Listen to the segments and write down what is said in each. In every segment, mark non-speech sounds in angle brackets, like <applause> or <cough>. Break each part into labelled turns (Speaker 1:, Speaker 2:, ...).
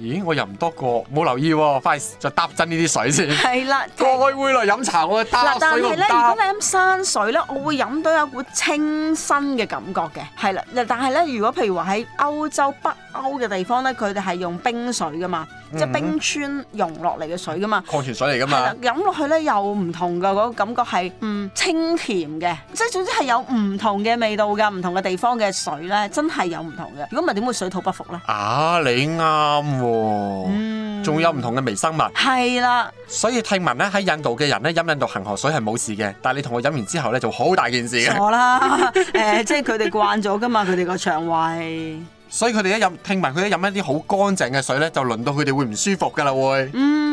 Speaker 1: 咦，我又唔多過，冇留意喎，快就搭真呢啲水
Speaker 2: <laughs>
Speaker 1: 先。
Speaker 2: 係啦，
Speaker 1: 過去會來飲茶，我
Speaker 2: 嗱，
Speaker 1: 搭
Speaker 2: 但
Speaker 1: 水
Speaker 2: 係
Speaker 1: 都唔
Speaker 2: 咧，如果
Speaker 1: 搭
Speaker 2: 你。飲山水咧，我會飲到有股清新嘅感覺嘅，係啦。嗱但係咧，如果譬如話喺歐洲北歐嘅地方咧，佢哋係用冰水噶嘛，即係冰川溶落嚟嘅水噶嘛。
Speaker 1: 礦泉水嚟㗎
Speaker 2: 係啦
Speaker 1: 嘛，，
Speaker 2: 飲落去咧又唔同噶，嗰、個感覺係嗯清甜嘅，即係總之係有唔同嘅味道噶，唔同嘅地方嘅水咧，真係有唔同嘅。如果唔係點會水土不服咧？
Speaker 1: 啊你啱喎，
Speaker 2: 嗯，
Speaker 1: 仲有唔同嘅微生物，
Speaker 2: 係 <laughs> 啦，
Speaker 1: 所以聽聞咧喺印度嘅人咧飲印度恒河水係冇事嘅，但係你同我飲完之後咧就好大件事嘅，
Speaker 2: 傻啦，誒、即係佢哋慣咗噶嘛，佢哋個腸胃，
Speaker 1: 所以佢哋一飲聽聞佢哋飲一啲好乾淨嘅水咧，就輪到佢哋會唔舒服㗎啦會，
Speaker 2: 嗯。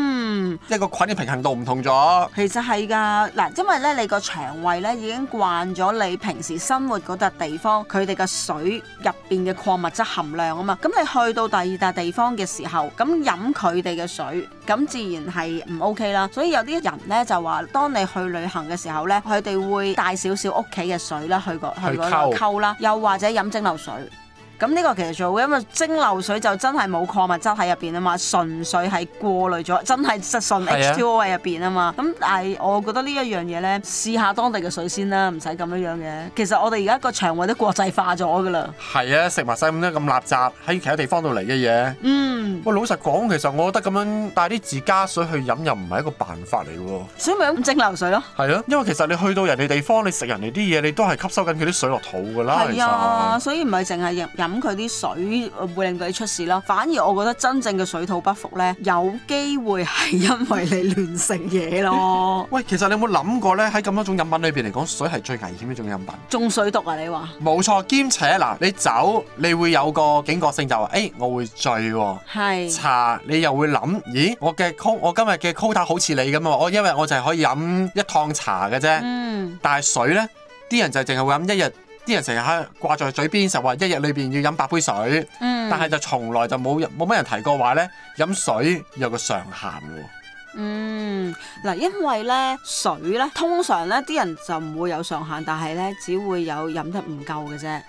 Speaker 1: 一個菌嘅平衡度唔同咗。
Speaker 2: 其實係㗎，嗱，因為咧你個腸胃咧已經慣咗你平時生活嗰笪地方佢哋嘅水入邊嘅礦物質含量啊嘛，咁你去到第二笪地方嘅時候，咁飲佢哋嘅水，咁自然係唔 OK 啦。所以有啲人咧就話，當你去旅行嘅時候咧，佢哋會帶少少屋企嘅水啦，去個去嗰度
Speaker 1: 去溝
Speaker 2: 溝啦，又或者飲蒸餾水。咁呢個其實最好，因為蒸餾水就真係冇礦物質喺入邊啊嘛，純粹係過濾咗，真係質純
Speaker 1: 係啊
Speaker 2: H2O 喺入邊啊嘛。咁但係我覺得呢一樣嘢咧，試下當地嘅水先啦，唔使咁樣樣嘅。其實我哋而家個腸胃都國際化咗噶啦。
Speaker 1: 係啊，食物使咁多咁垃圾喺其他地方度嚟嘅嘢。
Speaker 2: 嗯，
Speaker 1: 喂，老實講，其實我覺得咁樣帶啲自家水去飲又唔係一個辦法嚟嘅喎。
Speaker 2: 所以咪咁蒸餾水咯。
Speaker 1: 係咯，因為其實你去到人哋地方，你食人哋啲嘢，你都係吸收緊佢啲水落肚㗎啦。其
Speaker 2: 係啊，
Speaker 1: 實，
Speaker 2: 所以唔係淨係飲飲佢啲水呃會令到你出事咯，反而我覺得真正嘅水土不服咧，有機會係因為你亂食嘢咯
Speaker 1: <laughs> 喂，其實你有冇諗過呢？喺咁多種飲品裏邊嚟講，水係最危險嘅一種飲品。
Speaker 2: 中水毒啊！你話
Speaker 1: 冇錯，兼且嗱，你酒你會有個警覺性，就話誒、欸我會醉喎、
Speaker 2: 係。
Speaker 1: 茶你又會諗，咦？我嘅 co 我今日嘅 quota 好似你咁啊！我因為我就係可以飲一趟茶嘅啫。
Speaker 2: 嗯，
Speaker 1: 但係水呢，啲人就淨係會飲一日，啲人成日喺度掛在嘴邊就話一日裏邊要飲八杯水，
Speaker 2: 嗯，
Speaker 1: 但係就從來就冇人冇乜人提過話呢，飲水有個上限喎。
Speaker 2: 嗯，嗱，因為咧水咧，通常咧啲人就唔會有上限，但係咧只會有飲得唔夠嘅啫。 <laughs>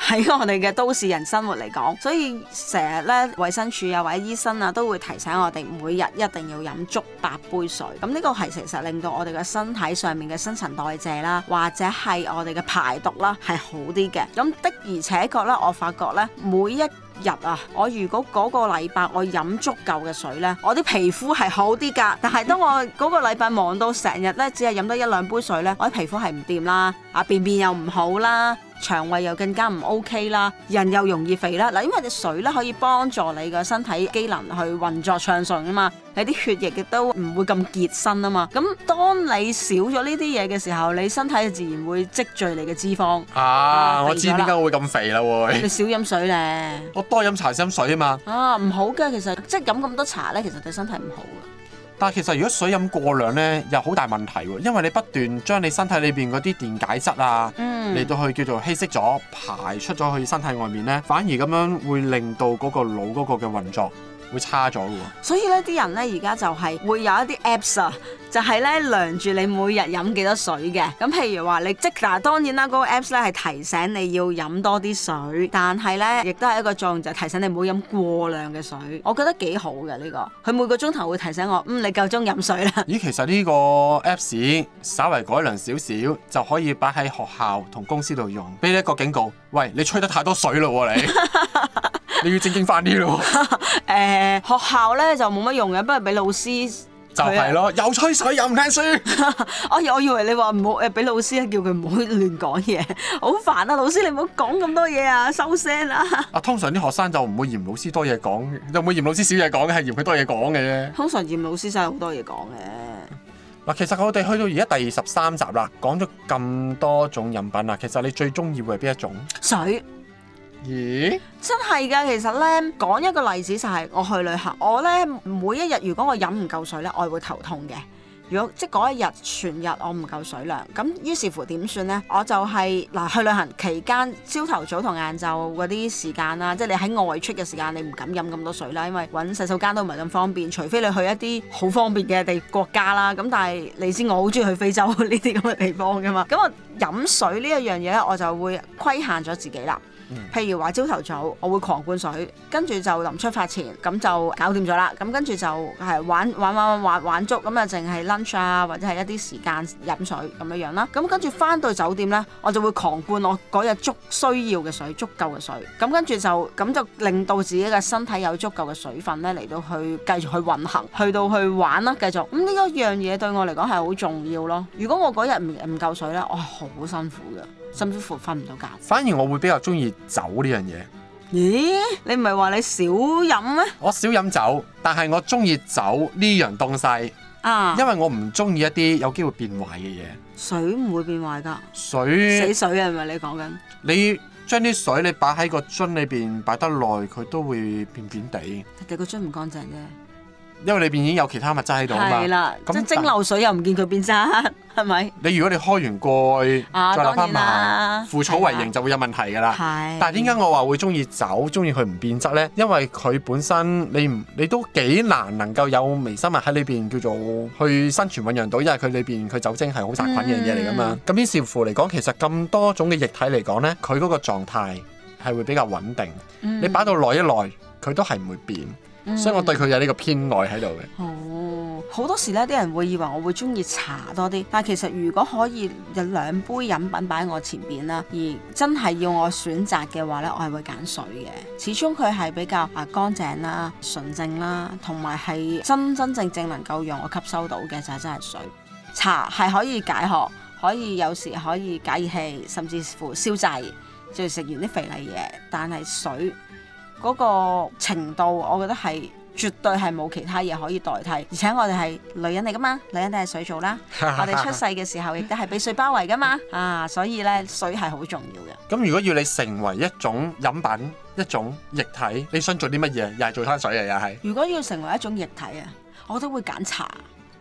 Speaker 2: 喺我哋嘅都市人生活嚟講，所以成日咧衞生署啊或者醫生啊都會提醒我哋每日一定要飲足八杯水。咁呢個係其實令到我哋嘅身體上面嘅新陳代謝啦，或者係我哋嘅排毒啦係好啲嘅。咁的而且確啦，我發覺咧每一日啊，我如果嗰個禮拜我飲足夠嘅水呢，我啲皮膚係好啲㗎。但係當我嗰個禮拜忙到成日呢，只係飲得一兩杯水呢，我啲皮膚係唔掂啦，啊便便又唔好啦。腸胃又更加唔 OK 啦，人又容易肥啦。嗱，因為隻水咧可以幫助你個身體機能去運作暢順啊嘛，你啲血液亦都唔會咁結身啊嘛。咁當你少咗呢啲嘢嘅時候，你身體自然會積聚你嘅脂肪，
Speaker 1: 啊！
Speaker 2: 肥咗啦
Speaker 1: 我知點解我會咁肥啦會，
Speaker 2: 你少飲水咧。
Speaker 1: 我多飲茶少飲水啊嘛。
Speaker 2: 啊，唔好嘅，其實即係飲咁多茶咧，其實對身體唔好嘅。
Speaker 1: 但係其實如果水飲過量呢，又好大問題喎，因為你不斷將你身體裏邊嗰啲電解質啊。嚟
Speaker 2: 嗯，
Speaker 1: 到去叫做稀釋咗、排出咗去身體外面呢，反而咁樣會令到嗰個腦嗰個嘅運作會差咗嘅喎。
Speaker 2: 所以咧啲人咧而家就係會有一啲 apps 啊，就係咧量住你每日飲幾多水嘅。咁譬如話你即嗱，當然啦，嗰、個 apps 咧係提醒你要飲多啲水，但係咧亦都係一個作用就係提醒你唔好飲過量嘅水。我覺得幾好嘅呢、個，佢每個鐘頭會提醒我，嗯，你夠鐘飲水啦。
Speaker 1: 咦，其實呢個 Apps 稍微改良少少，就可以擺喺學校同公司度用，俾你一個警告。喂，你吹得太多水嘞喎、 <laughs> 你你要正經翻啲咯，
Speaker 2: 誒、學校咧就冇乜用嘅，不如俾老師。
Speaker 1: 就係啊咯，又吹水又唔聽書。
Speaker 2: 我哎我以為你話唔好誒，俾老師叫佢唔好亂講嘢， <laughs> 好煩啊！老師你唔好講咁多嘢啊，收聲啦！
Speaker 1: 啊，通常啲學生就唔會嫌老師多嘢講，又唔會嫌老師少嘢講嘅，係嫌佢多嘢講嘅啫。
Speaker 2: 通常嚴老師真係好多嘢講嘅，
Speaker 1: 嗱，其實我哋去到而家第十三集啦，講咗咁多種飲品啦，其實你最中意會係邊一種？
Speaker 2: 水
Speaker 1: 咦？
Speaker 2: 真係㗎。其實咧講一個例子就係我去旅行，我咧每一日如果我飲唔夠水咧，我係會頭痛嘅。如果即係嗰一日全日我唔夠水量，咁於是乎點算呢？我就係、嗱去旅行期間，朝頭早同晏晝嗰啲時間啦，即係你喺外出嘅時間，你唔敢飲咁多水啦，因為揾洗手間都唔係咁方便，除非你去一啲好方便嘅地國家啦。咁但係你知我好中意去非洲呢啲咁嘅地方噶嘛，咁我飲水呢一樣嘢咧，我就會規限咗自己啦。譬如話朝頭早我會狂灌水，跟住就臨出發前咁就搞掂咗啦。咁跟住就係玩玩玩玩玩玩足，咁啊淨係 lunch 啊或者係一啲時間飲水咁樣樣啦。咁跟住翻到酒店呢，我就會狂灌我嗰日足需要嘅水，足夠嘅水。咁跟住就咁就令到自己嘅身體有足夠嘅水分呢，嚟到去繼續去運行，去到去玩啦，繼續。咁呢一樣嘢對我嚟講係好重要咯。如果我嗰日唔唔夠水呢，我係好辛苦嘅。甚至乎瞓唔到覺。
Speaker 1: 反而我會比較中意酒呢樣嘢。
Speaker 2: 咦？你唔係話你少飲咩？
Speaker 1: 我少飲酒，但係我中意酒呢樣東西，
Speaker 2: 啊，
Speaker 1: 因為我唔中意一啲有機會變壞嘅嘢。
Speaker 2: 水唔會變壞㗎，死
Speaker 1: 水，
Speaker 2: 水啊，係咪你講緊？
Speaker 1: 你將啲水你擺喺個樽裏邊擺得耐，佢都會變變地，
Speaker 2: 你個樽唔乾淨啫，
Speaker 1: 因為裏邊已經有其他物質喺度啊嘛。
Speaker 2: 係啦，
Speaker 1: 咁
Speaker 2: 即係蒸
Speaker 1: 但
Speaker 2: 餾水又唔見佢變質，係咪？
Speaker 1: 你如果你開完蓋，
Speaker 2: 啊
Speaker 1: 再留
Speaker 2: 當
Speaker 1: 翻
Speaker 2: 然啦
Speaker 1: 埋，腐草為
Speaker 2: 係啦
Speaker 1: 營就會有問題㗎啦。
Speaker 2: 係。
Speaker 1: 啊但係點解我話會中意酒，中意佢唔變質呢？因為佢本身你唔你都幾難能夠有微生物喺裏邊叫做去生存醖釀到，因為佢裏邊佢酒精係好殺菌嘅嘢嚟噶嘛。
Speaker 2: 嗯
Speaker 1: 咁於是乎嚟講，其實咁多種嘅液體嚟講呢，佢嗰個狀態係會比較穩定。
Speaker 2: 嗯
Speaker 1: 你擺到耐一耐，佢都係唔會變，所以我對佢有呢個偏愛喺度嘅。
Speaker 2: 哦，好多時呢啲人會以為我會中意茶多啲，但係其實如果可以有兩杯飲品擺喺我前邊啦，而真係要我選擇嘅話呢，我係會揀水嘅。始終佢係比較啊乾淨啦、純正啦，同埋係真真正正能夠讓我吸收到嘅就係真係水。茶係可以解渴，可以有時可以解熱氣，甚至乎消滯，就食完啲肥膩嘢。但係水嗰個程度，我覺得係絕對係冇其他嘢可以代替。而且我哋係女人嚟噶嘛，女人都係水做啦。我哋出世嘅時候亦都係被水包圍噶嘛。啊，所以呢，水係好重要
Speaker 1: <laughs>
Speaker 2: 嘅。
Speaker 1: 咁如果要你成為一種飲品、一種液體，你想做啲乜嘢？又係做翻水嘅，啊又係
Speaker 2: 如果要成為一種液體啊，我都會揀茶。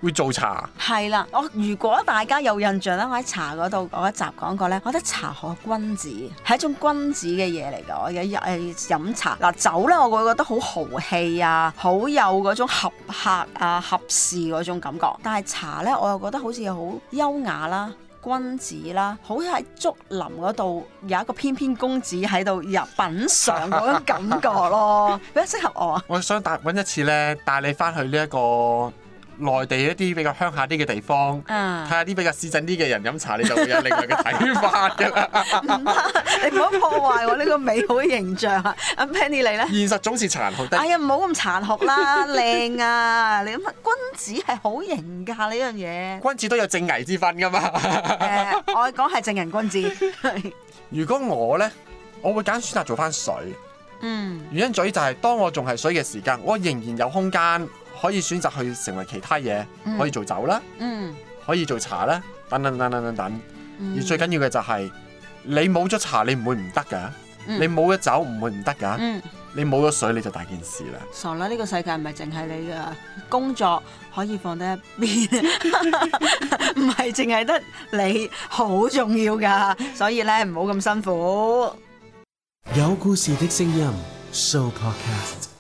Speaker 1: 會做茶。
Speaker 2: 係啦，我如果大家有印象咧，我喺茶嗰度我一集講過咧，我覺得茶可君子，係一種君子嘅嘢嚟㗎。我嘅誒飲茶嗱酒咧，我會覺得好豪氣啊，好有嗰種合客啊、合事嗰種感覺。但係茶咧，我又覺得好似好優雅啦。君子啦，好似喺竹林嗰度有一個翩翩公子喺度入品嚐嗰種感覺咯，比較適合我啊。
Speaker 1: 我想帶揾一次咧，帶你翻去呢一個內地一啲比較鄉下啲嘅地方，
Speaker 2: 嗯
Speaker 1: 睇下啲比較市鎮啲嘅人飲茶，你就會有另外嘅睇法㗎
Speaker 2: <laughs>
Speaker 1: 啦。
Speaker 2: 你唔好破壞我呢個美好嘅形象啊！阿 Penny 你咧？
Speaker 1: 現實總是殘酷的。
Speaker 2: 哎呀，唔好咁殘酷啦， <laughs> 靚啊！你諗下，君子係好型㗎呢樣
Speaker 1: <laughs>
Speaker 2: 嘢。
Speaker 1: 君子都有正偽之分㗎
Speaker 2: <laughs>
Speaker 1: 嘛。
Speaker 2: 誒，我講係正人君子。 <laughs>
Speaker 1: 如果我呢，我會揀選擇做翻水，
Speaker 2: 嗯
Speaker 1: 原因在於就係當我仲係水嘅時間，我仍然有空間可以選擇去成為其他嘢，
Speaker 2: 嗯
Speaker 1: 可以做酒啦，
Speaker 2: 嗯，
Speaker 1: 可以做茶啦，等等等等等等。
Speaker 2: 嗯
Speaker 1: 而最緊要嘅就係、你冇咗茶，你唔會唔得㗎；
Speaker 2: 嗯
Speaker 1: 你冇咗酒，唔會唔得㗎。
Speaker 2: 嗯，
Speaker 1: 你冇咗水你就大件事啦。
Speaker 2: 傻啦！呢個世界唔係淨係你㗎，工作可以放得一邊， <laughs> 唔係淨係得你，好重要㗎。所以咧，唔好咁辛苦。
Speaker 3: 有故事的聲音，Show Podcast。